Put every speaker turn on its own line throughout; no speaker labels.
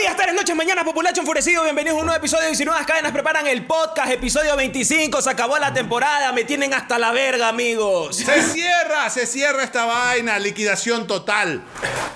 días, tardes, noches, mañanas, populacho enfurecido. Bienvenidos a un nuevo episodio. Y si nuevas cadenas preparan el podcast, episodio 25. Se acabó la temporada. Me tienen hasta la verga, amigos.
Se cierra, se cierra esta vaina, liquidación total.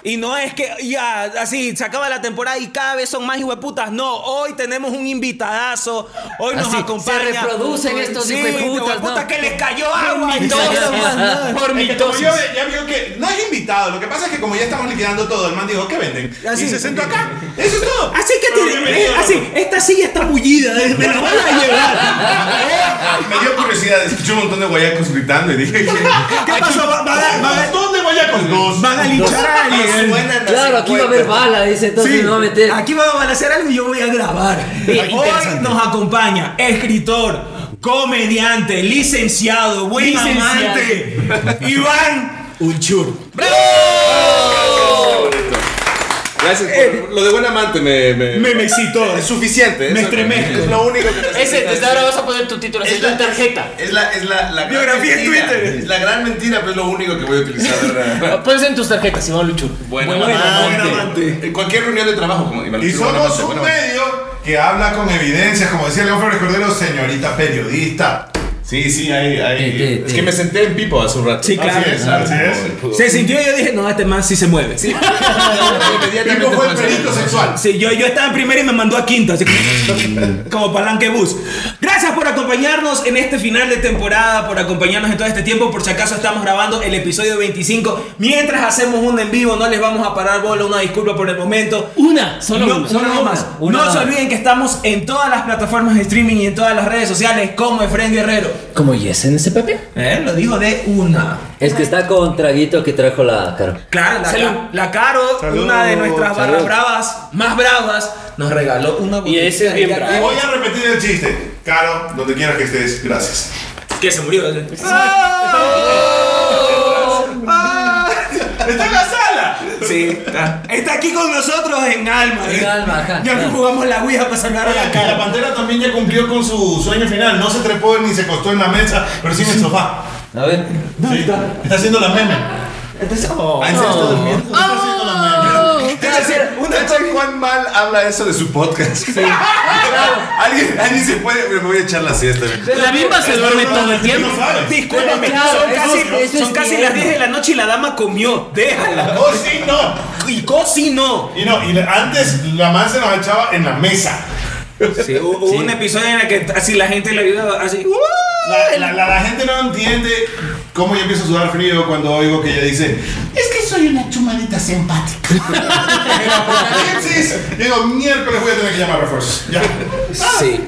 Y no es que ya, así, se acaba la temporada y cada vez son más hijueputas. No, hoy tenemos un invitadazo. Hoy nos
Así,
acompaña.
se reproducen estos
sí,
hijueputas,
hijueputa
¿no?
que les cayó agua. y
mitosis.
todo más,
Por
¿no?
Es que como
mitosis.
yo ya vio que no es invitado, lo que pasa es que como ya estamos liquidando todo, el man dijo, ¿qué venden?
Así.
Y se sentó acá. Eso es todo.
Así que
Pero
tiene-
bienvenido,
eh, así, esta silla está bullida, eh, me la van a llevar.
Ah, Me dio curiosidad, escuché un montón de guayacos gritando y dije que.
¿Qué pasó? Va- va- va- va-
¿Montón de guayacos? Dos.
Van a linchar a alguien.
Suenan
Claro, aquí va a haber bala, dice, entonces
Sí,
me va a meter.
Aquí van a hacer algo y yo voy a grabar.
Bien,
Hoy
interesante.
nos acompaña escritor, comediante, licenciado, buen
Licenciado.
amante, Iván Unchur.
Gracias por. Lo de buen amante me. Me,
Me, me excitó.
Es suficiente.
Me
eso-
estremezco.
Es lo único que
Ese,
necesitas.
desde ahora vas a poner tu título, es tu tarjeta.
Es la, es la, la gran
Biografía en
mentira.
Twitter.
Es la gran mentira, pero es lo único que voy a utilizar. ¿verdad?
Pones en tus tarjetas, Iván Luchu.
Buen
Buen
amante.
amante.
En cualquier reunión de trabajo, como Iván,
Y
sí, buen
somos
amante,
un
buen amante.
medio que habla con evidencias, como decía León Flores Cordero, señorita periodista.
Sí, sí, ahí. ahí.
Sí, sí,
es
sí.
que me senté en pipo hace un rato.
Sí, claro.
Así es, así es.
Se sintió y yo dije, no, este man sí se mueve. Sí,
Inmediatamente
Pipo fue el
fue el
perito sexual.
yo, yo estaba en primera y me mandó a quinta, así como, como palanque bus. Gracias por acompañarnos en este final de temporada, por acompañarnos en todo este tiempo. Por si acaso estamos grabando el episodio 25. Mientras hacemos un en vivo, no les vamos a parar bola, una disculpa por el momento.
Una, solo
no,
una.
solo
Una,
más.
una
no
más.
se olviden que estamos en todas las plataformas de streaming y en todas las redes sociales como Efren Guerrero.
¿Cómo yes en ese Pepe?
Eh, Lo digo de una.
Es que está con traguito que trajo la Caro.
Claro, la,
Salud.
Ca- la Caro,
Salud.
una de nuestras
Salud.
barras bravas, más bravas, nos regaló una botella.
ese es bien
de
bravo.
aquel
Voy a repetir el chiste. Caro, donde quieras que estés, gracias.
Que se murió.
Ah.
¡Está en la sala!
Sí, está. Está aquí con nosotros en alma.
En
¿eh?
alma, ajá.
Ya que jugamos la Ouija para salvar a la
Oiga, que la
cara.
pantera también ya cumplió con su sueño final. No se trepó ni se acostó en la mesa, pero sí en el sofá.
A ver.
Sí. Está haciendo la meme.
Entonces, oh.
Ah, ¿en serio está durmiendo? Está haciendo
Oh.
la meme.
Debe ser una
Cachen cuán mal habla eso de su podcast. alguien, alguien se puede. Me voy a echar la siesta. güey.
La bimba se duerme
No,
todo el tiempo.
No sabe.
Discúlpame,
Pero claro,
son
eso-
casi,
eso
son
es
casi
bien.
las 10 de la noche y la dama comió. Déjala.
Oh, sí, no.
Y cocinó.
Y no, y le- antes la man se nos echaba en la mesa.
Sí, hu- hubo un episodio en el que así la gente le ayudaba así. ¡uh!
La, la- la- la gente no entiende cómo yo empiezo a sudar frío cuando oigo que ella dice: Es que soy una chumadita simpática. En apocalipsis, digo, miércoles voy a tener que llamar refuerzos. Ya.
Sí.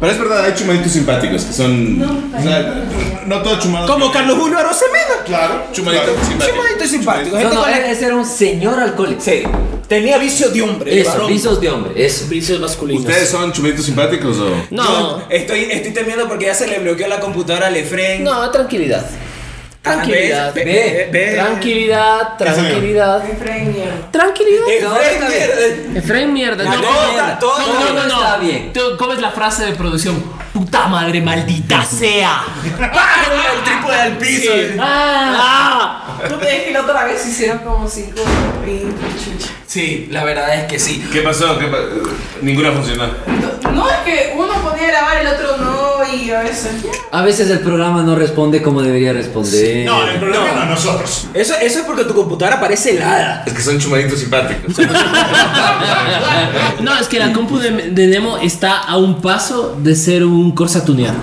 Pero es verdad, hay chumaditos simpáticos que son. o sea, no todo chumado.
Como Carlos Julio Arosemena.
Claro.
Chumadito
claro.
Sí,
simpático.
bonito y simpático.
No,
Gente
no,
con la-
eh.
era- ese era un señor alcohólico.
Sí. Tenía vicio de hombre. de
Eso,
varón.
visos de hombre, eso.
Vicios masculinos.
¿Ustedes son chumaditos simpáticos o.?
No,
Yo estoy, estoy temiendo porque ya se le bloqueó la computadora al Efren.
no, tranquilidad. Tranquilidad.
Ve,
ve,
ve.
Tranquilidad,
señor?
tranquilidad. Tranquilidad.
No,
Efren,
está bien.
mierda.
Efraín, mierda.
La
No,
nota, todo
no, no, no, no.
está bien.
Tú, ¿Cómo es la frase de producción? Puta madre, maldita sea.
¡Pah! El trípode al piso.
Ah,
No te dije que la otra vez hicieron como cinco pinches chucha.
Sí, la verdad es que sí.
¿Qué pasó? ¿Qué pa- Ninguna funcionó.
No, no es que uno podía grabar, el otro no, y a veces. ya.
A veces el programa no responde como debería responder.
No, el problema no, nosotros.
Eso, eso es porque tu computadora parece helada.
Es que son chumaditos simpáticos.
no, es que la compu de, de Nemo está a un paso de ser un Corsa tuneado.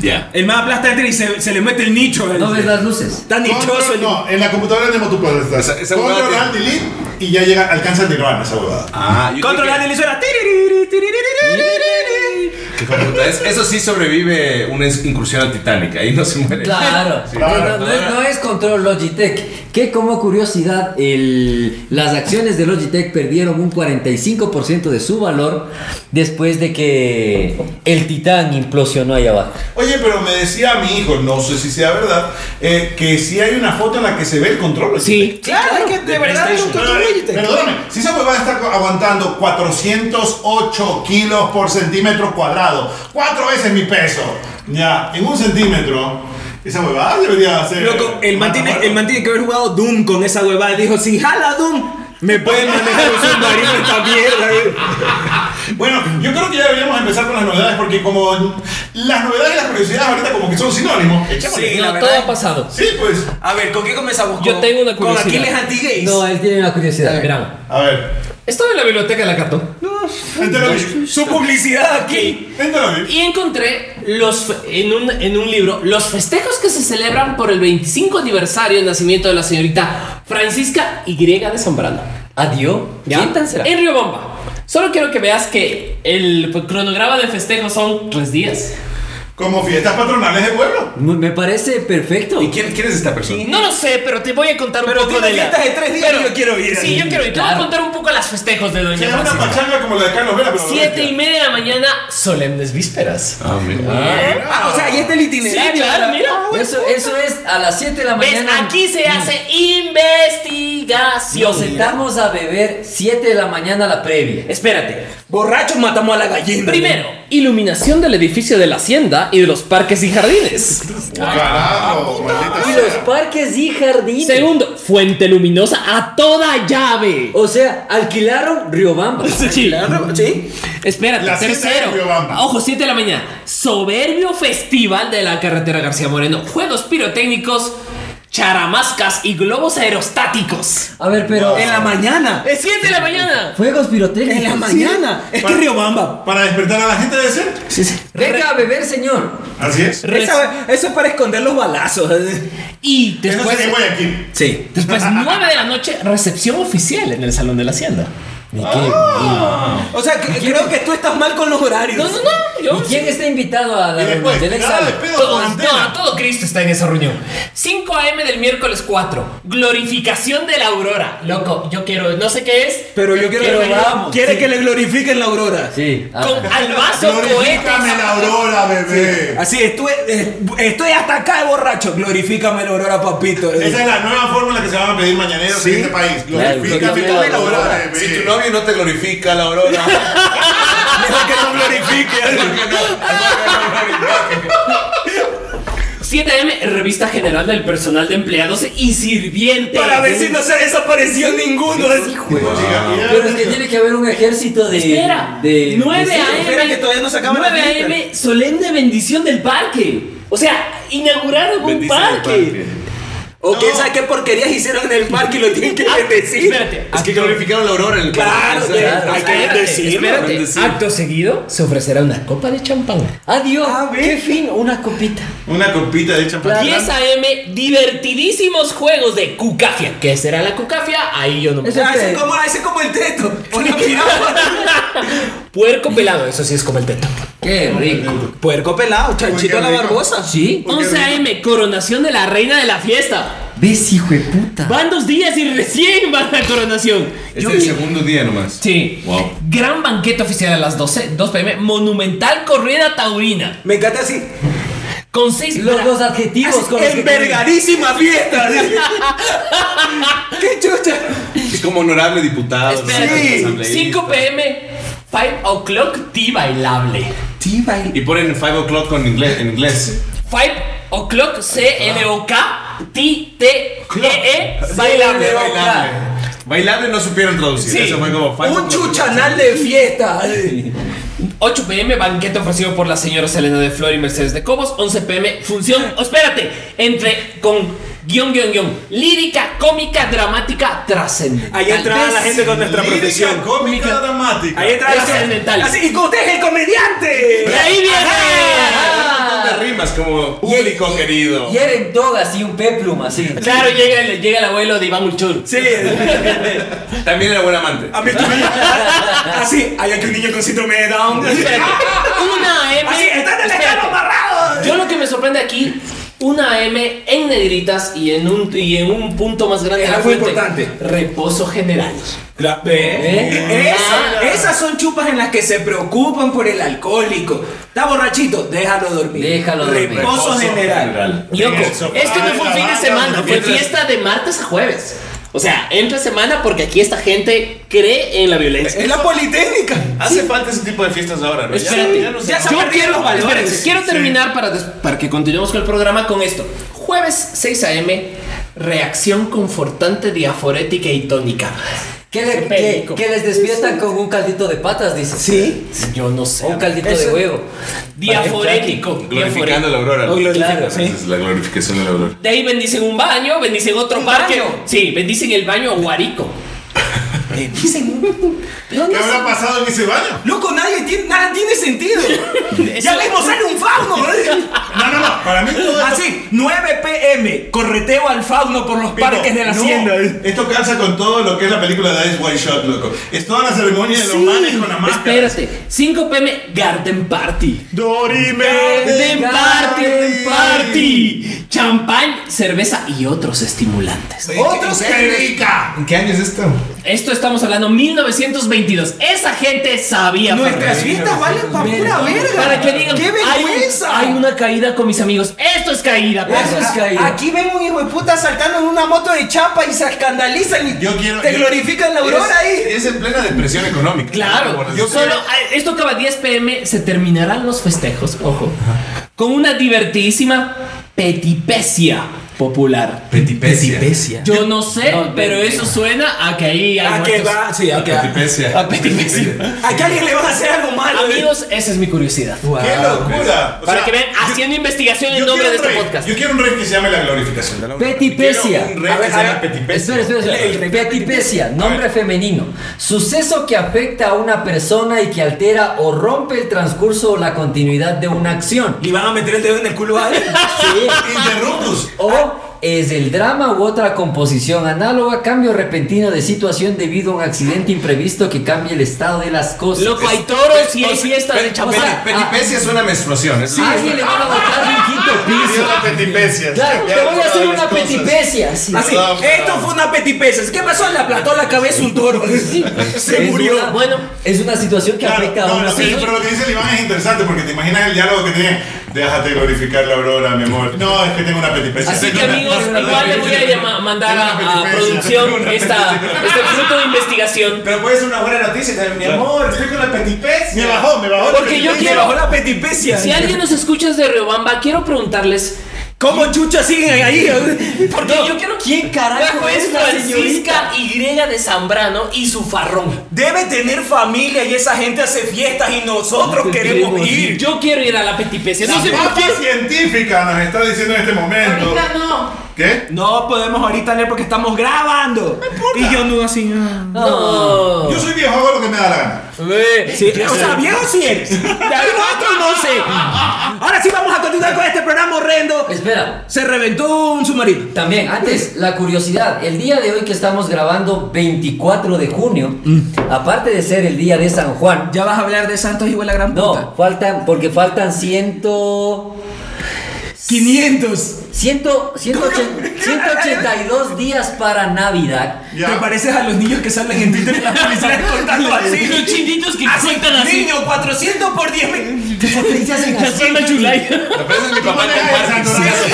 Ya.
El más aplastante y se, se le mete el nicho.
¿No ves las luces?
Tan nichoso.
Control,
el-
no, en la computadora de tú puedes estar.
Esa- esa
Control,
huevada
Alt, Delete y ya llega, alcanza el Nirvana esa huevada.
Ah, yo
Control
creo
Alt, Delete, suena. Tiririri, tiririri.
que- que puta, es- Eso sí sobrevive una es- incursión al Titanic. Ahí no se muere.
Claro,
Sí.
No, no, no es- no es control Logitech. Que como curiosidad, el- las acciones de Logitech perdieron un 45% de su valor después de que el titán implosionó allá abajo.
Oye, pero me decía mi hijo, no sé si sea verdad, eh, que si hay una foto en la que se ve el control.
Sí.
Claro, es que de verdad es un
Pero,
control
eh,
Logitech.
Perdóname, si esa huevada está co- aguantando 408 kilos por centímetro cuadrado, cuatro veces mi peso, ya, en un centímetro, esa huevada debería ser.
Loco, el man, tiene, el man tiene que haber jugado Doom con esa huevada. Dijo, si jala Doom, Me pueden manejar un submarino esta mierda. eh.
Bueno, yo creo que ya deberíamos empezar con las novedades porque como las novedades y las curiosidades ahorita como que son sinónimos. Echémosle.
Sí,
Sí,
la
No,
verdad
todo
es-
ha pasado.
pues.
A ver, ¿con qué comenzamos?
Yo
¿Con-
tengo una curiosidad.
¿Con Aquiles Antigues?
No, él tiene una curiosidad. Verán.
A ver.
Estaba en la biblioteca de la Cato
Vente lo vi.
Su publicidad aquí.
Vente lo vi.
y encontré los fe- en un, en un libro los festejos que se celebran por el 25 aniversario del nacimiento de la señorita Francisca Y. de Zambrano.
Adiós.
¿Ya?
¿Quién tan será?
En Riobamba. Solo quiero que veas que el cronograma de festejos son tres días.
Como fiestas patronales de pueblo.
Me me parece perfecto.
¿Y quién, quién es esta persona?
No lo sé, pero te voy a contar un
Pero
poco
tiene
de la...
fiestas de tres días y yo quiero ir.
Sí, yo quiero ir. Te voy
Claro.
a contar un poco las festejos de
Que
Doña
es una
Francisca.
pachanga como la de Carlos Vera, pero.
Siete y media de la mañana, solemnes vísperas.
Ah, mira.
Ah, o sea, ahí está el
Sí,
itinerario.
claro,
¿verdad? Ah,
mira.
Eso, eso es a las 7 de la
¿Ves?
mañana.
Aquí se hace
Nos
investigación.
sentamos a beber 7 de la mañana la previa.
Espérate.
Borrachos matamos a la gallina.
Primero, iluminación del edificio de la hacienda y de los parques y Ah, jardines.
Ah, Carajo, maldita
Y
sea.
los parques y jardines.
Segundo, fuente luminosa a toda llave.
O sea, alquilaron Riobamba.
Sí.
¿Sí?
Espérate,
La siete
tercero.
de Riobamba.
Ojo, 7 de la mañana. Soberbio festival de la carretera García Moreno. Juegos pirotécnicos, charamascas y globos aerostáticos.
A ver, pero.
En la mañana.
Es 7 de la mañana.
Fuegos pirotécnicos.
En la mañana. Es que Riobamba.
Para despertar a la gente de ser.
Sí, sí.
Venga a beber, señor.
Así es.
Esa- eso es para esconder los balazos.
Y
Eso
después,
sería en Guayaquil.
Sí.
después 9 de la noche, recepción oficial en el Salón de la Hacienda.
¿Y quién,
O sea, que- creo que tú estás mal con los horarios.
No, no, no.
y
Yo,
quién está invitado a
Y
la reunión
después,
del
nada de
examen?
pedo
Todo, no,
cuarentena.
todo Cristo está en esa reunión. 5 a.m. del miércoles 4. Glorificación de la aurora. Loco, yo quiero, no sé qué es.
Pero yo quiero
Pero
que
vamos,
quiere
sí.
que le glorifiquen la aurora.
Sí. ah.
Con al vaso
Glorifícame
cohetes.
la aurora, bebé.
Así, estuve, eh, estoy hasta acá de borracho. Glorifícame la aurora, papito.
Esa es la nueva fórmula que se van a pedir mañaneros
Sí.
en este país.
Claro,
Glorifícame la aurora, bebé.
Ah, Si tu novio no te glorifica, la aurora.
Mejor que no glorifique.
¿por qué no? ¿Por qué no?
7 a.m. Revista general del personal de empleados y sirvientes.
Para ver si no se desapareció ninguno.
Ah.
Pero es que tiene que haber un ejército de.
Eh, Espera.
de-
9
de-
a.m.
espera que todavía no se acaba la
9 a.m.
fiesta.
Solemne bendición del parque. O sea, inauguraron un
Bendice el
parque.
O quién sabe qué porquerías hicieron en el parque y lo tienen que
Ah,
bendecir.
Espérate.
Es que glorificaron la aurora en el
Claro,
parque.
claro, hay que
Espérate,
bendecirlo.
espérate.
bendecir.
Acto seguido se ofrecerá una copa de champán.
Adiós.
Ah, ve.
qué fin, una copita.
Una copita de champán.
10 a.m. divertidísimos juegos de cucafia. ¿Qué será la cucafia? Ahí yo no me
Eso-
Ah, ese es como, ese es como el teto. Una piragua.
Puerco pelado, eso sí es como el teto.
Qué rico.
Puerco pelado, chanchito a la
rico.
barbosa.
Sí.
11 a.m. coronación de la reina de la fiesta.
¿Ves, hijo de puta?
Van dos días y recién van la coronación.
Este Es el segundo día nomás.
Sí.
Wow.
Gran banquete oficial a las 12, 2 p.m. Monumental corrida taurina.
Me encanta así.
Con seis
Los dos adjetivos
Así,
con los que-
envergadísima fiesta. ¡Qué chucha!
Es como honorable diputado.
Sí.
¿no?
Espérate. 5 p.m. 5 o'clock ti bailable.
Sí, baila.
Y ponen 5 o'clock con inglés, en inglés.
5 o'clock C-L-O-K T T E E bailable.
Bailable no supieron traducir.
Sí.
Eso fue como five
Un
o'clock.
chuchanal de fiesta.
8 pm, banquete ofrecido por la señora Selena de Flor y Mercedes de Cobos. 11 pm, función. oh, espérate, entre con guión, guión, guión. Lírica, cómica, dramática, trascendental.
Ahí entraba la gente con nuestra
Lírica,
profesión.
cómica, dramática.
Ahí entraba la gente.
Trascendental.
Así, y con usted es el
Y
comediante.
ahí viene.
Un montón
Ah.
de rimas como público querido.
Y era en toga, así, un peplum, así.
Claro, llega el, llega el abuelo de Iván Ulchur.
Sí.
También era buen amante.
A mí tu niño. Así, hay aquí un niño con síndrome de Down. ah,
Espérate, una M.
Así, están en el
espérate.
escalo amarrado.
Yo lo que me sorprende aquí, una M en negritas y en un, y en un punto más grande.
Es
de la
algo
fuente.
importante.
Reposo general.
La- ve. Ah.
¿Eh?
Esa- esas son chupas en las que se preocupan por el alcohólico. Está borrachito, déjalo dormir.
Déjalo dormir.
Reposo, general.
Loco,
Eso,
este no
para
fue un
la
fin de
banda,
semana,
donde
fue
mientras-
fiesta de martes a jueves. O sea, entre semana porque aquí esta gente cree en la violencia.
Es la politécnica.
Hace falta ese tipo de fiestas ahora, ¿no?
Espérate,
no se- ya se perdieron los valores.
espérate, quiero terminar para, des- para que continuemos con el programa con esto. Jueves 6 a.m. Reacción confortante diaforética y tónica.
Que, le-
Ese
que-
perico.
que les despiertan con un caldito de patas, dices.
Sí.
Yo no sé.
O un caldito
Eso-
de huevo.
Diaforético. diaforético.
Glorificando a la aurora.
Oh,
¿no?
glorificado,
Esa
sí.
Es la glorificación de la aurora.
De ahí bendicen un baño, bendicen otro parque. Sí, bendicen el baño Guarico.
¿Qué habrá pasado en ese baño?
Loco, nadie tiene, nada tiene sentido. ya
Eso-
mismo sale un fauno. ¿eh?
No, no, no. Para mí todo esto-
Así, 9 pm, correteo al fauno por los
Pero,
parques de la
no,
hacienda.
Esto calza con todo lo que es la película de Ice White Shot, loco. Es toda la ceremonia de los manes con la máscara.
Espérate. 5 pm Garden Party. Garden Party. Garden Party. Champán, cerveza y otros estimulantes.
¡Otros que rica!
¿En qué año es esto?
Esto estamos hablando 1922. Esa gente sabía.
Nuestras
Ferrer.
fiestas valen para pura verga.
Para que digan,
¡Qué
hay, un-
vergüenza!
hay una caída con mis amigos. Esto es caída.
Eso es caída.
Aquí ven un hijo de puta saltando en una moto de chapa y se escandalizan y
Yo quiero-
te
yo-
glorifican la aurora ahí.
Es en plena depresión económica.
Claro,
Bueno,
yo
sí.
solo a- esto acaba 10 pm, se terminarán los festejos, ojo, con una divertidísima petipecia popular.
Petipecia.
Yo no sé, pero eso suena a que ahí hay
¿A qué
muertos.
va? Sí, a qué va.
Petipecia.
A petipecia.
¿A qué alguien le van a hacer algo malo? eh?
Amigos, esa es mi curiosidad.
¡Qué locura! O
Para
sea,
que vean, haciendo investigación en
yo
nombre
quiero
de
un
este
rey.
podcast.
Yo quiero un rey que se llame la glorificación. de la aurora.
Petipecia.
Quiero un rey
A
que
ver,
se
a
llame
ver.
Petipecia.
Espera, espera, espera. Petipecia, nombre femenino. Suceso que afecta a una persona y que altera o rompe el transcurso o la continuidad de una acción.
¿Y van a meter el dedo en el culo a alguien?
Sí.
Interruptus.
O es el drama u otra composición análoga, cambio repentino de situación debido a un accidente imprevisto que cambie el estado de las cosas.
Loco, hay toros y hay fiestas de
o
champán.
sea,
Ah. Petipecia es una menstruación. es-
a alguien le van a botar de un quinto piso.
Petipecia.
Claro, te voy a hacer una petipecia. sí.
Ah,
Así,
Perdón,
esto fue una petipecia. ¿Qué pasó? Le aplastó la cabeza un toro. Se
Es
murió.
una-
Bueno.
es una situación que
Claro,
afecta a
no,
una
lo que-
persona.
pero lo que dice el Iván es interesante porque te imaginas el diálogo que tiene. Déjate glorificar la aurora, mi amor. No, es que tengo una petipecia.
Así
Tengo
que
una-
amigos,
no, no,
igual le
no,
voy a
tengo
llama-
una
mandar a, a
petipecia, tengo
producción
una
esta,
petipecia.
este fruto de investigación.
Pero puede ser una buena noticia también, mi amor. Estoy con la petipecia.
Me bajó, me bajó.
Porque yo
Me
quiero-
bajó la petipecia.
Si alguien nos escucha de Riobamba, quiero preguntarles
¿Cómo chucha siguen ahí?
Porque yo quiero.
¿Quién carajo
Bajo es
es la
Francisca Y de Zambrano y su farrón.
Debe tener familia y esa gente hace fiestas y nosotros queremos ir.
Yo quiero ir a la petipecia. No sé
La
por
papa
qué.
científica nos está diciendo en este momento.
Ahorita no.
¿Qué?
No podemos ahorita leer porque estamos grabando. Y yo no así. ah.
No.
Yo soy viejo, hago lo que me da la gana.
Sí, o sea, viejo sí eres. De ahí nosotros no sé. Ahora sí vamos a continuar con este programa horrendo.
Espera,
Se reventó un submarino.
También, antes, la curiosidad. El día de hoy que estamos grabando, 24 de junio, aparte de ser el día de San Juan,
Mm. Ya vas a hablar de Santos igual a gran puta.
no, faltan, porque faltan ciento.
500.
ciento- ciento ochen- 182 días para Navidad.
Te
Ya.
pareces a los niños que salen en Twitter y las policías contando
Y Los
así.
chinditos que
Así,
cuentan así.
niño, 400 por 10 mil.
Haciendo chulay.
Parece mi papá
manejas
con
esa,
Parkinson.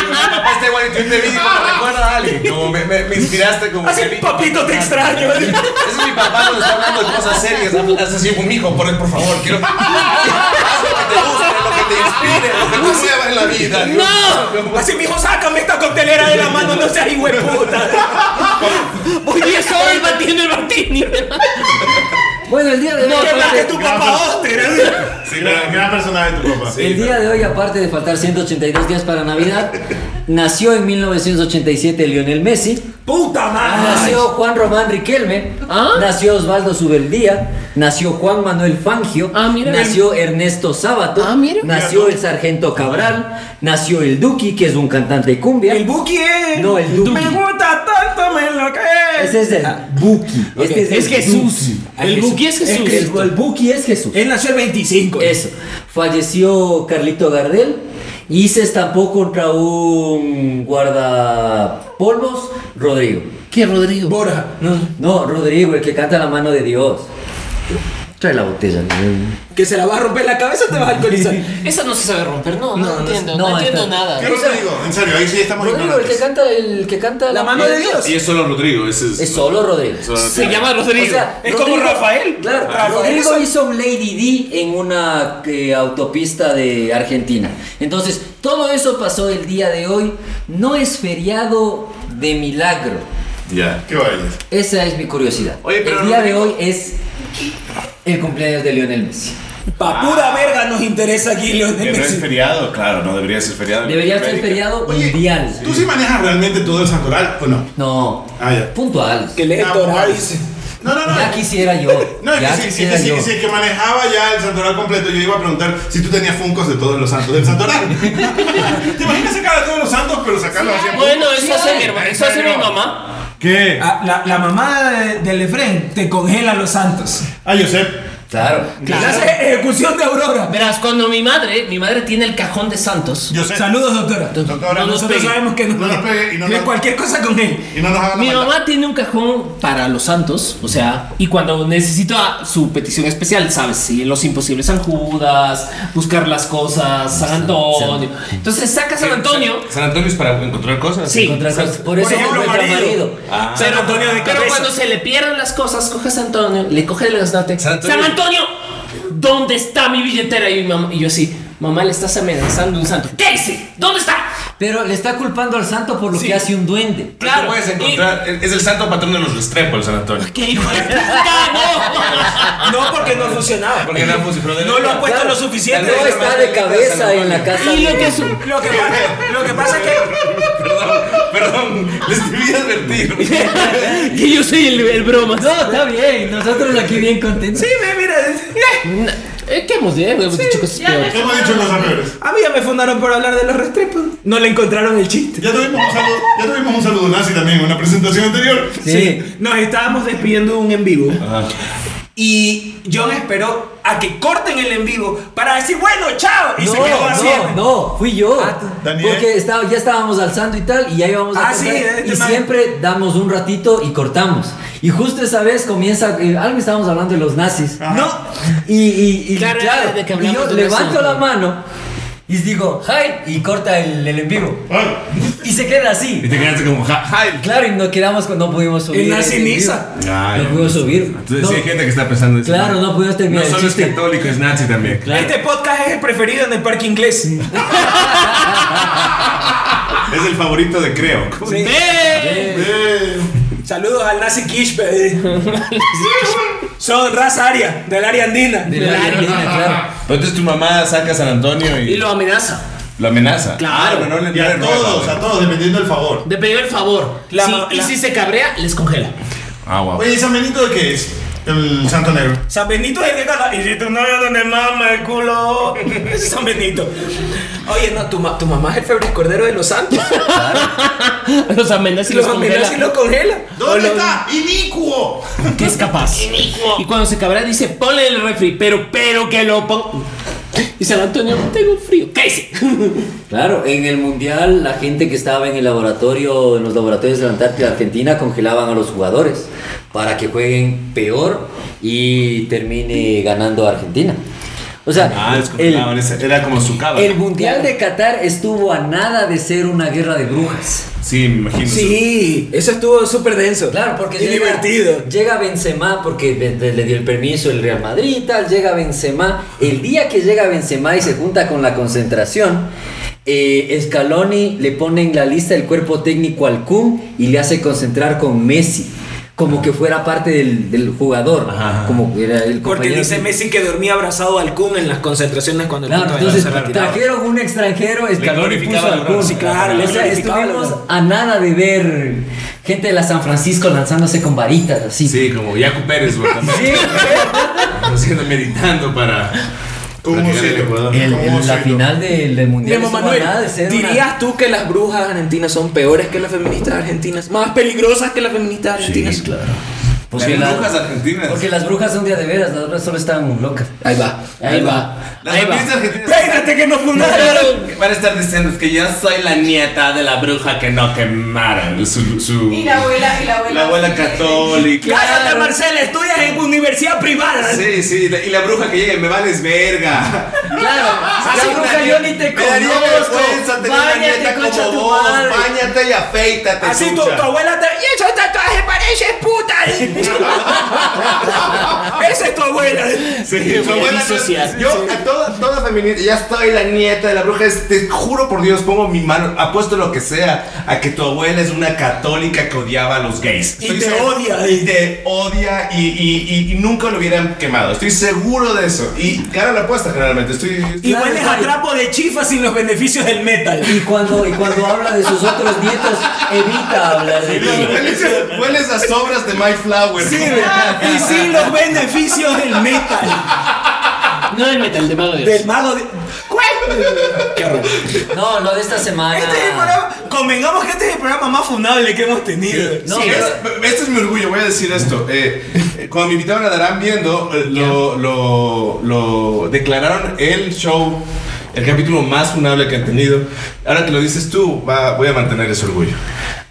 Mi papá está igual y tú te vi como recuerda a alguien. Como me, me, me inspiraste como
Así,
que vi-
papito, te extraño.
Ese es mi papá cuando está hablando de cosas serias. Hablas así con mi hijo, por, por favor. Quiero. Haz lo que te guste, lo que te inspire, lo que te mueva en la vida.
¡No!
Así, mijo, sácame esta coctelera de la mano, no seas puta.
Hoy estoy batiendo el martini.
Bueno, el día de hoy.
¿Qué más que
aparte-
tu papá Oster?
Sí, gran, gran personaje tu papá.
El día de hoy, aparte de faltar 182 días para Navidad, nació en 1987 Lionel Messi.
Puta madre.
Nació Juan Román Riquelme,
¿Ah?
nació Osvaldo Subeldía, nació Juan Manuel Fangio,
Ah, mira.
nació Ernesto Sábato,
Ah, mira. Ah.
nació el Sargento Cabral, nació el Duki, que es un cantante de cumbia.
El Buki es.
No, el Duki.
Me gusta tanto, me lo que
Ese es el Buki. Este
Ah. Es
el
Jesús.
Duki. Ah,
El Buki es Jesús.
que El, el Buki es Jesús.
Él nació el 25.
Eso. Falleció Carlito Gardel y se estampó contra un guardapolvos, Rodrigo.
¿Qué, Rodrigo?
Borja.
No, no, Rodrigo, el que canta la mano de Dios. Trae la botella.
Que se la va a romper la cabeza te vas a alcoholizar.
Esa no se sabe romper, no, no,
No, no
entiendo,
sé.
no,
No,
entiendo
está-
nada.
¿Qué Rodrigo? En serio, ahí sí estamos
Rodrigo, el que
ignorantes.
canta, el que canta
La mano de Dios.
es solo Rodrigo, ese
Es solo Rodrigo.
Se llama Rodrigo.
O sea, Ah,
Es como Rafael.
Claro,
Rafael
Rodrigo
es-
hizo un Lady D en una eh, autopista de Argentina. Entonces, todo eso pasó el día de hoy. No es feriado de milagro.
Ya.
Qué vaya.
Esa es mi curiosidad.
Oye, pero
el día
no-
de hoy es el cumpleaños de Lionel Messi.
Pa' pura verga nos interesa aquí
Que
Lionel
no es
Messi.
feriado, claro, no debería ser feriado.
Debería ser
América.
feriado
Oye,
mundial.
¿Tú sí manejas realmente todo el santoral o no?
No,
Ah, ya.
puntual.
Que le
Ah,
Torá
pues.
dice.
No, no, no.
Ya quisiera yo.
No, es
ya
que si, si,
quisiera
si-
yo.
si el que manejaba ya el santoral completo, yo iba a preguntar si tú tenías funcos de todos los santos del santoral. ¿Te imaginas sacar a todos los santos, pero sacarlos así? a
Bueno,
Sí,
eso hace
hay.
mi hermano, eso hace mi mamá.
poco? ¿Qué?
Ah, La, la mamá de- del Efren te congela los santos.
Ah, Josep.
Claro.
Le hace ejecución de Aurora.
Verás, cuando mi madre, mi madre tiene el cajón de santos.
Josep.
Saludos, doctora.
Doctora,
No nos
Nosotros
pegue.
sabemos que no,
No nos pegue y no
que
nos-
cualquier cosa con él.
Y no nos hagan
Mi
maldad.
mamá tiene un cajón para los santos, o sea, y cuando necesita su petición especial, ¿sabes? Sí, los imposibles San Judas, buscar las cosas, San Antonio. Entonces saca San Antonio.
San Antonio es para encontrar cosas.
Sí.
Encontrar cosas. Por
Por
eso no
ejemplo,
encuentra
marido.
marido.
San Antonio de
pero
cabeza.
cuando se le pierden las cosas, coge a San Antonio, le coge el gaznate.
San Antonio.
San Antonio, ¿dónde está mi billetera? Y, mi mamá, y yo así, mamá, le estás amenazando a un santo. ¿Qué hice? ¿Dónde está?
Pero le está culpando al santo por lo que hace un duende.
Pero
Claro.
tú puedes encontrar. Es el santo patrón de los restrepos, el San Antonio.
¡Qué hijo de puta! ¡No!
No porque no funcionaba.
Porque no, pues, pero de-
No lo ha puesto
Claro.
lo suficiente.
No está de cabeza en la casa.
Y lo
de-
que su-
Lo que pasa, lo que pasa es que
Perdón, perdón, les debí advertir.
que yo soy el, el bromas.
No, está bien. Nosotros aquí bien contentos.
sí, me mira,
Eh, ¿Qué hemos, eh? Hemos dicho cosas
ya
peores.
ves.
¿Qué hemos dicho los amores?
a mí ya me fundaron por hablar de los restrepos. No le encontraron el chiste.
Ya tuvimos un saludo, ya tuvimos un saludo nazi también en una presentación anterior.
Sí.
Nos estábamos despidiendo de un en vivo. Y John esperó a que corten el en vivo para decir, bueno, chao. Y
No,
se quedó así.
no, no, fui yo.
Daniel.
Porque estaba, ya estábamos alzando y tal, y ya íbamos a
Ah, sí,
cortar,
eh,
Y
tema-
siempre damos un ratito y cortamos. Y justo esa vez comienza, eh, algo estábamos hablando de los nazis.
Ah. No.
Y, y, y
Claro,
claro,
era de que
y
hablamos
yo
de
levanto
eso.
la mano y digo, hi, y corta el, el en vivo.
Ay,
Y se queda así.
Y te quedaste como, ja, ja.
Claro, y no quedamos con, no pudimos subir.
El
el
nazi
en vivo.
Niza.
Ah,
No
ya.
pudimos subir.
Entonces,
No,
sí hay gente que está pensando eso.
Claro, no pudimos terminar
No
el
solo es
chiste.
católico, es nazi también.
Claro.
Este podcast es el preferido en el parque inglés.
es el favorito de Creo.
Sí.
Eh,
Saludos al nazi Kishpe. Son raza aria, del área andina.
De la Argentina, claro.
Pero entonces tu mamá saca a San Antonio y,
Y lo amenaza.
lo amenaza.
Claro.
Ah, pero no le
Y a
no le roba,
todos,
güey.
a todos, dependiendo del favor.
De pedir el favor.
La
Sí,
ma-
y
la-
si se cabrea, les congela.
Ah, guau.
Oye, ¿y San Benito de qué es? El santo negro.
San Benito es el que canta. Y si tu novio donde mama el culo. Ese es San Benito. Oye, no, tu, ma- tu mamá es el febre cordero de los santos.
Los amenaza y los,
los amenaza y
congela.
los congela.
¿Dónde está? ¡Inicuo!
Que es capaz. Y cuando se cabrea, dice, ponle el refri, pero, pero que lo ponga. Y San Antonio, tengo frío. ¿Qué hice?
Claro, en el mundial la gente que estaba en el laboratorio, en los laboratorios de la Antártida Argentina, congelaban a los jugadores para que jueguen peor y termine ganando Argentina. O sea,
Ah, les
el,
congelaban esa- era como su cábala.
el mundial de Qatar estuvo a nada de ser una guerra de brujas.
Sí, me imagino.
Sí, eso estuvo súper denso.
Claro, porque
Y
llega-
divertido.
Llega Benzema porque le, le- le dio el permiso el Real Madrid y tal. Llega Benzema. El día que llega Benzema y se junta con la concentración, eh, Scaloni le pone en la lista el cuerpo técnico al Kun y le hace concentrar con Messi. Como que fuera parte del, del jugador.
Ajá.
Como que era el
Porque
compañero
dice
que-
Messi que dormía abrazado al Kun en las concentraciones cuando el
Claro,
puto
entonces
era cerrado.
trajeron un extranjero, Scaloni
glorificaba
puso al
la
Kun.
broma. Sí, claro,
o
le
sea,
glorificaba la
estuvimos
broma.
a nada de ver gente de la San Francisco lanzándose con varitas así.
Sí, como Yacu Pérez, güey. también.
Sí,
Haciendo, meditando para.
Como
para llegar
siempre.
al Ecuador.
El-
¿Cómo
el- la
se-
final del, del mundial.
Guillermo
estuvo a
Manuel,
nada de ser una-
¿dirías tú que las brujas argentinas son peores que las feministas argentinas? ¿Más peligrosas que las feministas argentinas?
Porque
las
la-
brujas argentinas.
Porque las brujas son día de veras, las otras solo estaban locas.
Ahí va.
Ahí va.
Las feministas argentinas.
Espérate que nos fundaron.
Claro, Van a estar diciendo que yo soy la nieta de la bruja que no quemaron. Su, su-
Y la abuela, y la abuela.
la abuela católica.
Cállate, Marcela, estudias en universidad privada.
Sí, sí, la- y la bruja que llega, me vales verga.
Claro,
Así
esa Ah, bruja yo ni te
Me daría
conozco.
vergüenza tener una
Báñate,
nieta
concha
como
tu
vos.
madre.
Báñate y afeítate,
Así tu,
chucha.
tu abuela te. ¡Y esos tatuajes parecen puta! Esa es tu abuela.
Sí, tu abuela no-
Antisocial.
Yo a toda, toda puta feminista, ya estoy la nieta de la bruja. es- te juro por Dios, pongo mi mano, apuesto lo que sea, a que tu abuela es una católica que odiaba a los gays.
Y
Estoy
te
seguro-
odia.
Y te odia y, y- y- y nunca lo hubieran quemado. Estoy seguro de eso. Y gana la apuesta generalmente. Estoy.
Igual les
Claro, claro.
atrapo de chifa sin los beneficios del metal.
Y cuando, y cuando habla de sus otros nietos, evita hablar de ti.
Hueles, hueles a sobras de My Flower.
Sí, y sin los beneficios del metal.
No del metal, de mago de Dios.
Del mago de. ¿Cuál? Qué horror.
No, lo de esta
Ah.
semana. Ah,
Este es el programa. Convengamos que este es el programa más funable que hemos tenido.
No,
Sí,
pero-
es- este es mi orgullo, voy a decir esto. Eh, eh, cuando me invitaron a Darán Viendo, eh, lo, lo- lo declararon el show, el capítulo más funable que han tenido. Ahora que lo dices tú, va- voy a mantener ese orgulullo.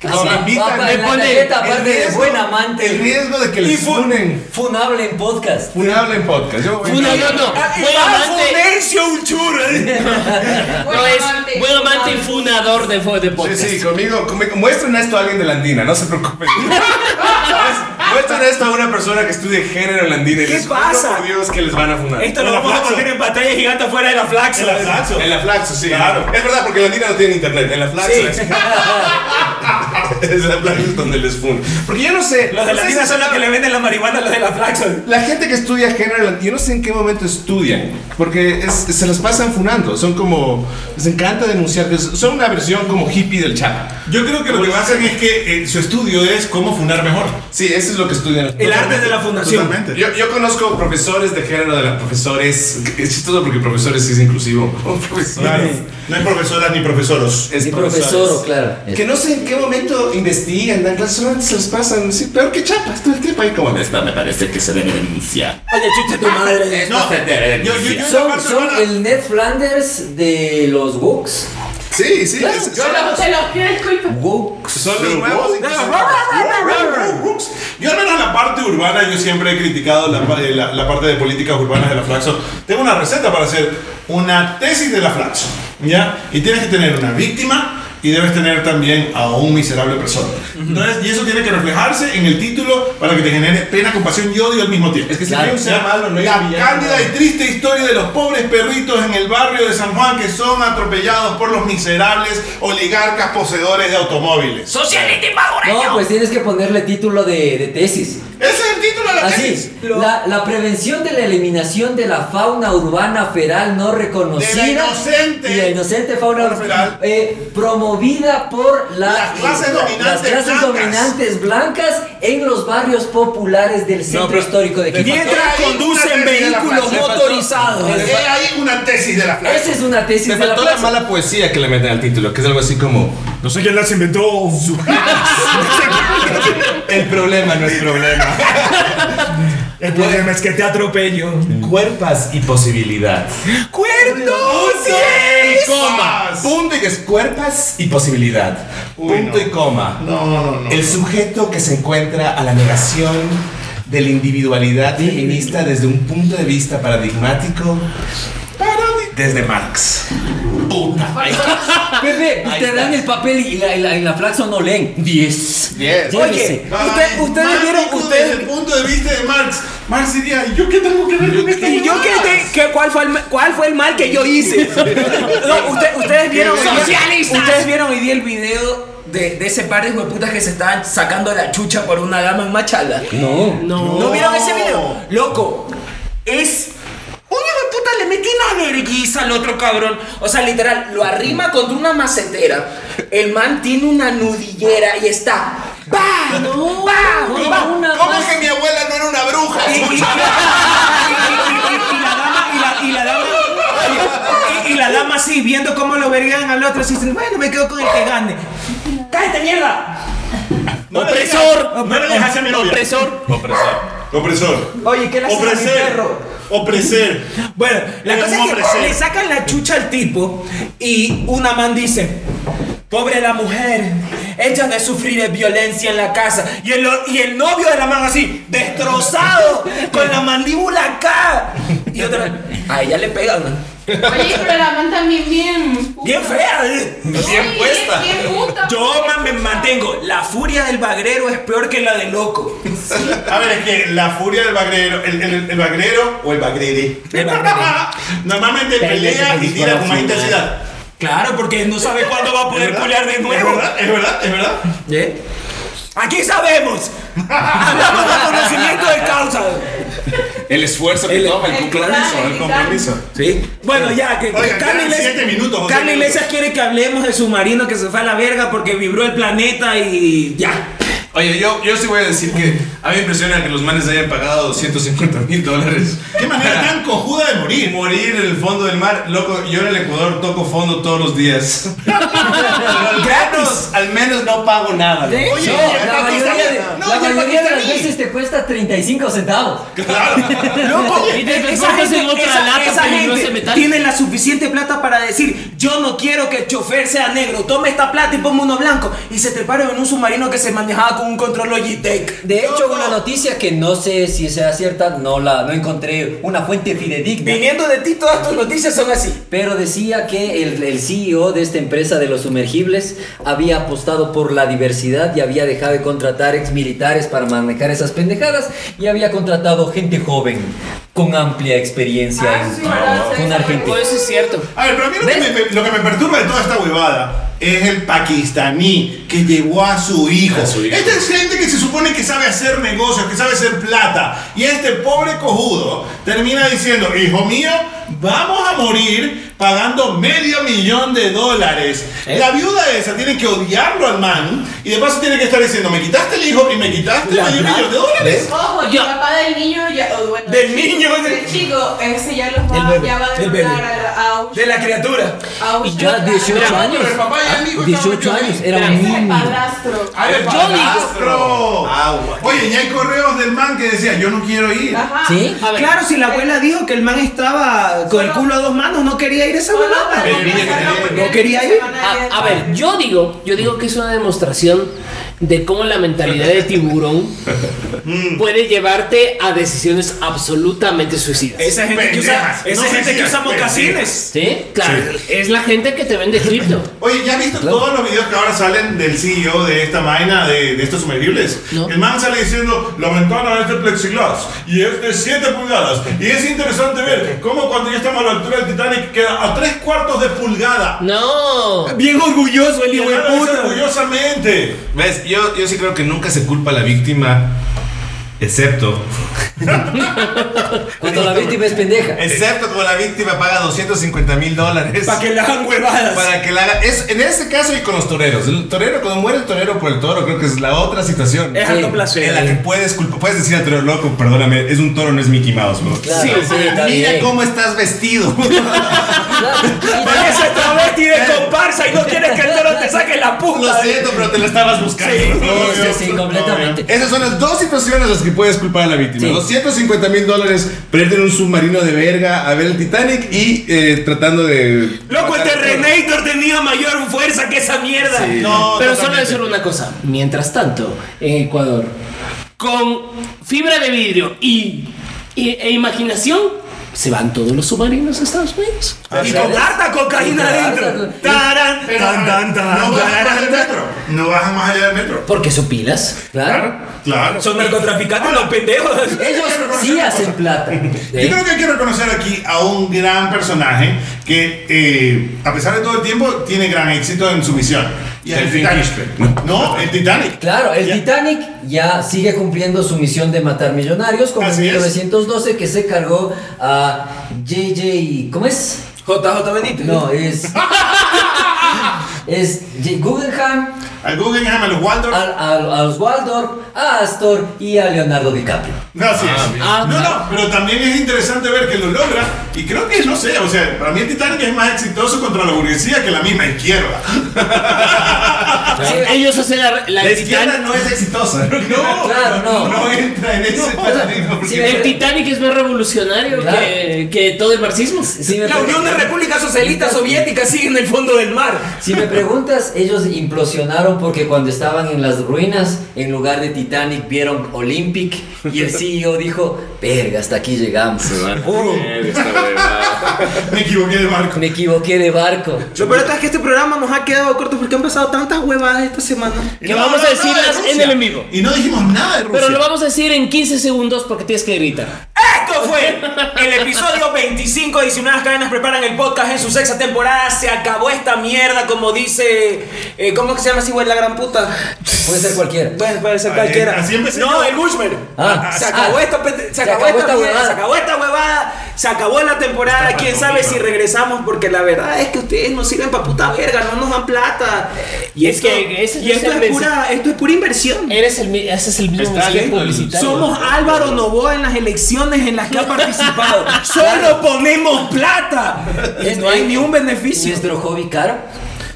Cuando me
Ah,
invitan,
papá,
me
la
ponen
tarjeta,
el
aparte de
riesgo-
buen amante.
El riesgo de que
Y
les
fu-
funen.
Funable en podcast.
Funable en podcast. Yo voy a- ¿eh?
Funa, no, no.
Ah, y
Buen
más
amante.
funencia, un churro.
No es buen amante y funador de, fo- de
Sí,
podcast.
sí, conmigo, conmigo- Muestren esto a alguien de la andina, no se preocupen. Muest- Muestren esto a una persona que estudie género en la andina. y
¿Qué
les juro
pasa?
Por Dios que les van a funar.
Esto lo
Hola,
vamos a
Flaxo.
poner en pantalla gigante fuera de la flaxa.
El abrazo.
En la Flaxo, sí.
Claro.
Es verdad, porque la Andina no tiene internet. En la Flaxo
Sí.
es. es la Flaxo es donde les fun. Porque yo no sé.
Los de
no
la
sé
tienda
si
son los
saben-
que le venden la marihuana a los de la flaxa.
La gente que estudia género, en la- yo no sé en qué momento estudian, porque es- se las pasan funando. Son como. Les encanta denunciar. que Son una versión como hippie del chapa.
Yo creo que lo que hacen es que eh, su estudio es cómo funar mejor.
Sí, eso es lo que estudian.
El arte de la fundación.
Totalmente.
Yo, yo conozco profesores de género de las profesores. Es chistoso porque profesores es inclusivo. Profesores.
Claro. No hay profesoras ni profesoros.
Es
Sí, profesor, o claro.
Que no sé en qué momento investigan, dan clases, solamente se los pasan. Sí, peor que chapas, todo el tiempo ahí como. Esta me parece que se debe denunciar.
Oye, chucha tu madre.
No, se debe
Yo, yo, yo, esa
Son,
parte
son
no la-
el Ned Flanders de los Wooks.
Sí, sí.
Claro,
es-
yo
son-
Se los pido disculpas.
Wooks.
Son los nuevos.
Brooks. Yo al menos la parte urbana, yo siempre he criticado la, pa- eh, la- la parte de políticas urbanas de la Flaxo. Tengo una receta para hacer una tesis de la Flaxo, ¿ya? Y tienes que tener una víctima y debes tener también a un miserable persona. Entonces, y eso tiene que reflejarse en el título para que te genere pena, compasión y odio al mismo tiempo.
Es que si
Claro.
hay un ser malo, no hay
La
villano.
cándida y triste historia de los pobres perritos en el barrio de San Juan que son atropellados por los miserables oligarcas poseedores de automóviles.
Socialite madureño.
No, pues tienes que ponerle título de, de tesis.
Ese es el título de la tesis.
Así, la, la prevención de la eliminación de la fauna urbana feral no reconocida.
De la inocente.
Y la inocente fauna
Fauna feral.
eh, promovida por la-
Las clases
eh,
dominantes
las clases
blancas.
dominantes blancas en los barrios populares del centro
pero-
histórico de Quito.
Mientras
Ahí una
conducen
tesis de la
vehículos
flaxa.
motorizados.
He ahí una tesis de la flaca.
Esa es una tesis
Me
de la
faltó la
plaza.
mala poesía que le meten al título, que es algo así como.
No sé quién las inventó.
El problema no es problema.
El problema es que te atropello.
Cuerpas y posibilidad.
¡Cuernos! ¡Sí!
Coma. Punto y que es cuerpas y posibilidad.
Uy,
punto
no.
y coma.
No, no, no.
El sujeto que se encuentra a la negación de la individualidad feminista desde un punto de vista paradigmático. Desde Marx.
Pepe,
Ahí
te
está.
dan el papel y la, y la, y la flaxo no leen. 10.
Diez.
Oye,
Llévese.
usted- ustedes vieron,
Desde el
ustedes.
punto de vista de Marx, Marx diría, ¿y yo qué tengo que ver con esto?
¿Y yo qué, te- qué- cuál, fue el, ma- ¿Cuál fue el mal que yo hice? No, usted- ustedes vieron.
pues, ¡Socialistas!
Ustedes vieron hoy día el video. De, de ese par de hueputas que se estaban sacando la chucha por una dama en Machala.
No.
¿No, vieron ese video? Loco, es. Un hijo de puta le metí una verguiza al otro cabrón. O sea, literal, lo arrima contra una macetera. El man tiene una nudillera y está. ¡Bah! ¡No! ¡Bah! ¡Bah!
una
¿Cómo
más.
que mi abuela no era una bruja?
Y, y- y- y- y- y- y- y- y la dama, y la, y la dama. Y, y la dama así, viendo cómo lo vergan al otro, así dicen, bueno, me quedo con el que gane. ¡Cállate, mierda!
Opresor.
No le dejas a mi novia.
Opresor.
Opresor.
Oye, ¿qué le haces a mi perro?
Opreser.
Bueno, la
Eres
cosa
un
es que
hombre
le sacan la chucha al tipo y una man dice, pobre la mujer, ella de sufrir de violencia en la casa. Y el, o- y el novio de la man así, destrozado, con la mandíbula acá. Y otra, a ella le pegan.
Oye, pero la man también bien. puta.
Bien fea, ¿eh?
No,
Bien
y es
puesta.
bien puta, pues.
Yo
porque-
man, me mantengo. La furia del bagrero es peor que la del loco.
A ver, es que la furia del bagrero, el, el, el bagrero o el bagrere,
El bagrero.
normalmente pelea y tira con más intensidad.
Claro, porque no sabe cuándo va a poder
¿Verdad?
culear de nuevo.
Es verdad, es verdad, es verdad.
¿Eh? Aquí sabemos. Hablamos de conocimiento de causa.
El esfuerzo que
El-
toma, el
el
compromiso,
plan,
el
el
compromiso.
Sí. Bueno, ya, que
Oigan,
Carla
quedan
Iglesias-
siete minutos, o
Carla
seis
Iglesias quiere que hablemos de su marino que se fue a la verga porque vibró el planeta y ya.
Oye, yo, yo sí voy a decir que a mí me impresiona que los manes hayan pagado 250 mil dólares.
Qué manera tan cojuda de
Y
morir.
morir en el fondo del mar. Loco, yo en el Ecuador toco fondo todos los días. Gratis. Al menos no pago nada. loco.
Oye,
No,
la,
el
mayoría,
pakistaní-
de-
no,
la
y el
mayoría de las
pakistaní.
veces te cuesta 35 centavos.
Loco,
Y te
esa
transportas
gente,
en otra
esa-
lata
esa
peligrosa
gente
de metal.
tiene la suficiente plata para decir, yo no quiero que el chofer sea negro, toma esta plata y ponme uno blanco. Y se te paran en un submarino que se manejaba con un control Logitech.
De hecho, una noticia que no sé si sea cierta, no la no encontré una fuente fidedigna.
Viniendo de ti, todas tus noticias son así.
Pero decía que el, el CEO de esta empresa de los sumergibles había apostado por la diversidad y había dejado de contratar ex militares para manejar esas pendejadas y había contratado gente joven con amplia experiencia
Ah,
en-
sí, verdad, sí,
con
sí.
Argentina.
Todo eso es cierto.
A ver, pero a mí lo que, me,
¿Ves?
me- lo que me perturba de toda esta huevada es el pakistaní que llevó a su hijo.
A su hijo.
Esta es gente que se supone que sabe hacer negocios, que sabe hacer plata. Y este pobre cojudo termina diciendo, hijo mío, vamos a morir pagando medio millón de dólares. La viuda esa tiene que odiarlo al man y de paso tiene que estar diciendo, me quitaste el hijo y me quitaste
La
medio
plata.
millón de dólares.
Ojo, el
Ya.
papá del niño ya. o bueno,
Del
el chico,
niño,
El
del-
chico, ese ya los
Del
va,
bebé,
ya va a
del
denunciar
bebé.
a la- a un-
De la criatura.
a un-
Y ya 18
Pero
años.
el papá ya dijo,
18
estaba
años,
yo-
era
Ese
un
es el
niño.
padrastro.
¡Ah, el
Yo digo-
padrastro! Oye, ya hay correos del man que decía, yo no quiero ir.
Ajá.
¿Sí?
A ver.
Claro, si la abuela dijo que el man estaba con el culo a dos manos, no quería ir a esa
Solo
abuela.
para
Pero mira que
pensarlo,
tenía-
porque
no quería ir.
se van
A,
ir
Ah, a ver, yo digo, yo digo que es una demostración de cómo la mentalidad de tiburón puede llevarte a decisiones absolutamente suicidas.
Esa gente que usa,
Pendejas,
esa
no
gente que
decías
usa
pendejas.
mocasines.
¿Sí? Claro, es la gente que te vende cripto.
Oye, ¿ya has visto todos los videos que ahora salen del CEO de esta vaina de, de estos sumergibles?
No.
El man sale diciendo, la ventana es de este plexiglas y es de 7 pulgadas. Y es interesante ver cómo cuando ya estamos a la altura del Titanic queda a 3 cuartos de pulgada.
No.
Bien orgulloso el
Y
hijo de
el man lo dice
puta.
orgullosamente.
¿Ves? Yo, yo sí creo que nunca se culpa a la víctima. Excepto.
Cuando la víctima es pendeja.
Excepto cuando la víctima paga 250 mil dólares.
Para que le hagan huevadas.
Para que la haga. Es, en este caso y con los toreros. El torero, cuando muere el torero por el toro, creo que es la otra situación.
Es alto
Sí,
placer.
En la que puedes culpa, puedes decir al torero loco, perdóname, es un toro, no es Mickey Mouse, bro.
Claro, sí, está
mira
bien.
cómo estás vestido.
Claro, y-
Parece travesti de comparsa y no quieres que el toro te saque la
Lo
puta.
siento, pero te la estabas buscando.
sí, sí, sí, completamente.
Esas son las dos situaciones en las que puedes culpar a la víctima.
Sí.
250 mil dólares, perder un submarino de verga, a ver el Titanic y eh, tratando de...
Loco,
matar
este
al toro.
Renator tenía mayor fuerza que esa mierda.
No,
Pero solo
totalmente.
decir una cosa. Mientras tanto, en Ecuador, con fibra de vidrio y, y- e imaginación, se van todos los submarinos a Estados Unidos.
Y con harta cocaína
Sí,
adentro.
harta-
Taran,
Pero,
tan, tan, tan,
no bajan más allá del
taran,
metro. No bajan más allá del metro.
Porque son pilas.
claro.
Claro.
tan. Son narcotraficantes los pendejos.
Ellos sí hacen plata.
Yo creo que hay que reconocer aquí a un gran personaje que, eh, a pesar de todo el tiempo, tiene gran éxito en su misión. Y el Titanic. No, el Titanic.
Claro, el
Ya.
Titanic ya sigue cumpliendo su misión de matar millonarios, como en
Así es.
1912 que se cargó a JJ. ¿Cómo es?
JJ Benítez.
No, es. es J. Guggenheim,
Al Guggenheim, al Waldorf.
a,
Ah,
a- a los Waldorf, a Astor y a Leonardo DiCaprio.
Así es.
Ah,
no,
mira.
no, pero también es interesante ver que lo logra. Y creo que, no sé, o sea, para mí el Titanic es más exitoso contra la burguesía que la misma izquierda. Ah,
Ellos hacen la, la-
La
el
izquierda
Titanic.
no es exitosa.
No,
Claro, no.
No entra en ese paradigma. porque-
Sí,
El Titanic es más revolucionario
Claro.
que, que todo el marxismo.
Si me
La Unión de Repúblicas Socialistas Soviéticas sigue en el fondo del mar.
Si me preguntas, ellos implosionaron porque cuando estaban en las ruinas, en lugar de Titanic vieron Olympic y el CEO dijo, verga, hasta aquí llegamos.
oh,
Me equivoqué de barco.
Me equivoqué de barco.
Lo peor es que este programa nos ha quedado corto porque han pasado tantas huevadas esta semana.
Y
Que vamos a
hablamos nada de
decirlas en
Rusia.
el en vivo.
Y no dijimos nada de Rusia.
Pero lo vamos a decir en 15 segundos porque tienes que gritar.
Esto fue el episodio 25 de 19 cadenas preparan el podcast en su sexta temporada. Se acabó esta mierda, como dice. eh, ¿Cómo es que se llama así, güey? La gran puta.
Puede ser cualquiera.
Bueno, puede ser
Ay,
cualquiera.
Ah, eh, así empecé
no,
yo.
el Bushman.
Ah.
se acabó
Ah.
esta, pete- se,
Se
acabó
acabó
esta
esta
mierda,
huevada.
se acabó esta huevada, se acabó la temporada. Quién sabe si regresamos, porque la verdad es que ustedes nos sirven para puta verga, no nos dan plata. Y,
Es
esto,
Eh, que ese-
y esto,
ese-
es pura, esto es pura inversión.
Eres el, mi- ese es el mismo
Está
esquema
lindo el-
publicitario.
Somos Álvaro Novoa en las elecciones en las que ha participado. Solo ponemos plata. Y no hay ni un beneficio.
Nuestro hobby caro.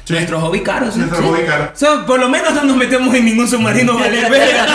Nuestro hobby caro. ¿sí?
Nuestro
Sí.
hobby caro.
O sea, por lo menos no nos metemos en ningún submarino valer verga.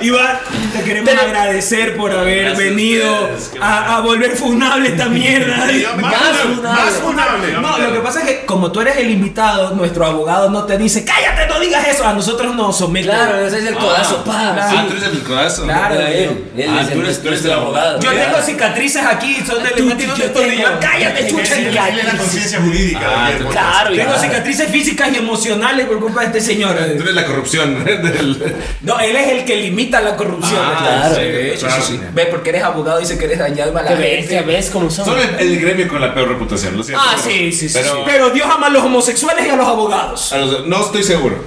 Iván, te queremos agradecer por haber
Gracias a
venido
ustedes, qué
a, a volver funable esta mierda.
Más
Más
funable. Más funable.
No, lo que pasa es que como tú eres el invitado, nuestro abogado no te dice, cállate, no digas eso. A nosotros nos somete.
Claro, ese es el codazo, pa.
claro.
sí.
Ah, tú eres el codazo.
Claro,
Era él. Él
Ah,
es
tú
el,
eres- tú eres
nuestro
el abogado.
Yo
Ya.
tengo cicatrices aquí, son del
Tú,
elefantino
yo
de Tony.
tengo.
Cállate,
Él
chucha,
es- él es la conciencia jurídica.
Ah,
del podcast.
Claro,
Tengo
claro.
cicatrices físicas y emocionales por culpa de este señor.
Tú eres la corrupción. del-
No, él es el que limita la corrupción.
Ah,
claro.
sí, de hecho, eso sí.
Ve, porque eres abogado, dice que eres dañado a la
Ya ves, ya
gente.
ves cómo son.
Solo el, el gremio con la peor reputación, lo siento.
Ah, sí, sí, sí,
Pero- Ah.
Pero Dios ama a los homosexuales y a los abogados.
a los- no estoy seguro.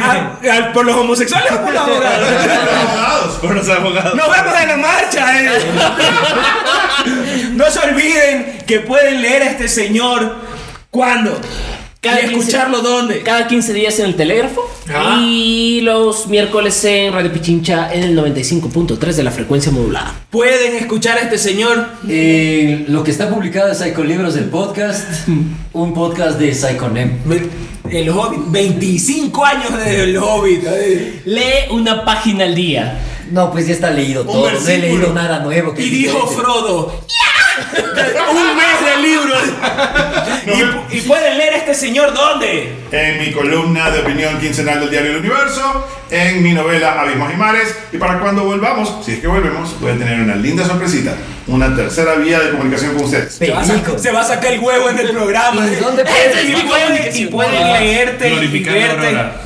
Ah, ah, ¿Por los homosexuales o por los abogados?
Por los abogados.
Por los abogados.
Nos vemos en la marcha. eh. No se olviden que pueden leer a este señor cuando
Cada
y
quince-
escucharlo dónde.
Cada 15 días en el telégrafo
Ah.
y los miércoles en Radio Pichincha en el 95.3 de la frecuencia modulada.
Pueden escuchar a este señor
Eh, lo que está publicado es Psicolibros del podcast, un podcast de Psiconem.
El Hobbit, 25 años desde el Hobbit. ay.
Lee una página al día.
No, pues ya está leído todo, no he
versículo.
leído nada nuevo. que este.
Y dijo
diferente.
Frodo, "Ya". un mes de libros. Y, y pueden leer a este señor dónde.
En mi columna de opinión quincenal del diario El Universo, en mi novela Abismos y Mares, y para cuando volvamos, si es que volvemos, pueden tener una linda sorpresita, una tercera vía de comunicación con ustedes.
Se va, a, sa-
Perico.
se va a sacar el huevo en el programa.
¿Y dónde pueden-
Ese es mi
y
pueden, y
pueden-
pueden
Ah,
leerte y
glorificar la
verte.
aurora.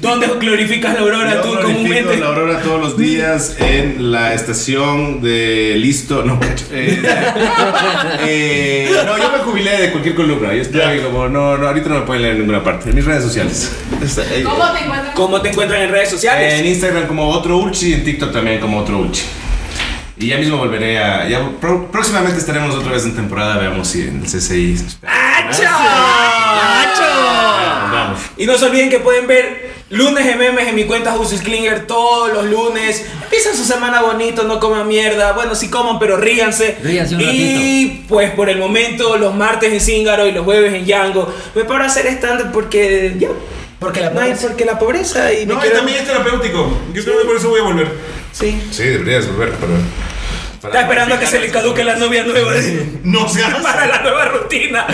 ¿Dónde glorificas la aurora
Yo
tú
glorifico
comúnmente?
la aurora todos los días en la estación de listo. No, cacho. Eh, eh, no, yo me jubilé de cualquier columna. Yo estoy como, no, no, ahorita no me pueden leer en ninguna parte. En mis redes sociales. Está ahí.
¿Cómo te encuentras?
¿Cómo te encuentran en redes sociales?
En Instagram como otro Ulchi y en TikTok también como otro Ulchi. Y ya mismo volveré a. Ya, pro- próximamente estaremos otra vez en temporada. Veamos si en el CCI. se espera.
¡Acho!
Ah, Vamos.
Y no se olviden que pueden ver lunes de memes en mi cuenta Jusus Klinger todos los lunes. Empiezan su semana bonito, no coman mierda. Bueno, sí coman, pero ríanse.
Ríanse un
y pues por el momento, los martes en Zíngaro y los jueves en Yango. Me paro a hacer stand porque ya. Porque la pobreza. porque la pobreza y me
No, y
quiero-
también es terapéutico. Yo creo que por eso voy a volver.
Sí.
Sí, deberías volver, pero.
Está esperando a que se le caduque la novia nueva.
No se
para la nueva rutina.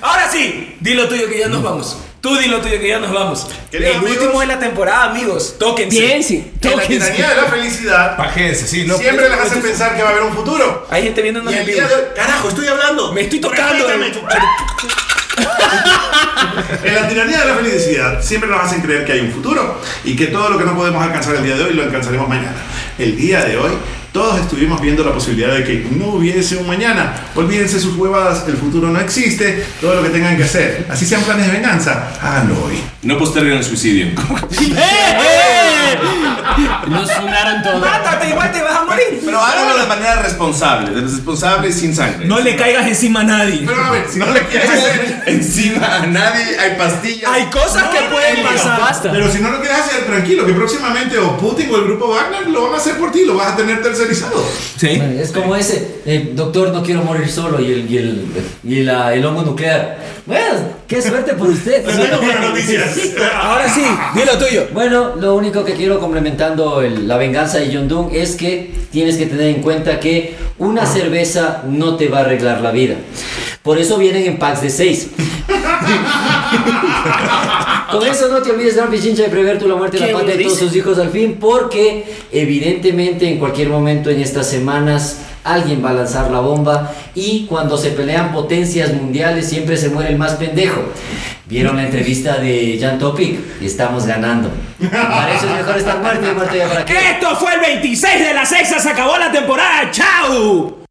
Ahora sí, di lo tuyo que ya nos vamos. Tú di lo tuyo que ya nos vamos.
Queridos
el
amigos.
último de la temporada, amigos. Tóquense.
Bien, sí.
Que la
Tóquense.
tiranía de la felicidad
Pajéense, sí, no.
siempre les hace pensar que va a haber un futuro.
Hay gente viéndonos
Y
en
el
vivo.
día de hoy, carajo, estoy hablando.
Me estoy tocando.
Respétame, chucha. En la tiranía de la felicidad siempre nos hacen creer que hay un futuro y que todo lo que no podemos alcanzar el día de hoy lo alcanzaremos mañana. El día de hoy todos estuvimos viendo la posibilidad de que no hubiese un mañana. Olvídense sus huevadas, el futuro no existe, todo lo que tengan que hacer. Así sean planes de venganza, háganlo hoy.
No posterguen el suicidio.
Nos funaron todos.
Mátate, igual te vas a morir.
Pero háganlo de manera responsable, de responsable y sin sangre.
No le caigas encima a nadie.
Pero a ver, si no le quieres hacer,
encima a nadie, hay pastillas.
Hay cosas que pueden pasar.
Basta.
pero si no lo quieres hacer, tranquilo, que próximamente o Putin o el grupo Wagner lo van a hacer por ti, lo vas a tener tercerizado.
Sí.
Bueno, Es como ese, eh, doctor, no quiero morir solo y el, y el, y la- el hongo nuclear. Bueno, qué suerte por usted.
Tengo buenas noticias.
Ahora sí, di lo tuyo.
Bueno, lo único que quiero complementando el- la venganza de John Doon es que tienes que tener en cuenta que una cerveza no te va a arreglar la vida. Por eso vienen en packs de 6. Con eso no te olvides, Gran Pichincha, de prever tú la muerte y la
¿Quién
paz
lo
de todos
dice?
sus hijos al fin, porque evidentemente en cualquier momento en estas semanas alguien va a lanzar la bomba y cuando se pelean potencias mundiales siempre se muere el más pendejo. ¿Vieron la entrevista de Jan Topic? Estamos ganando. Para eso es mejor estar muerto y muerto ya para qué.
Esto fue el 26 de la sexta, se acabó la temporada. ¡Chao!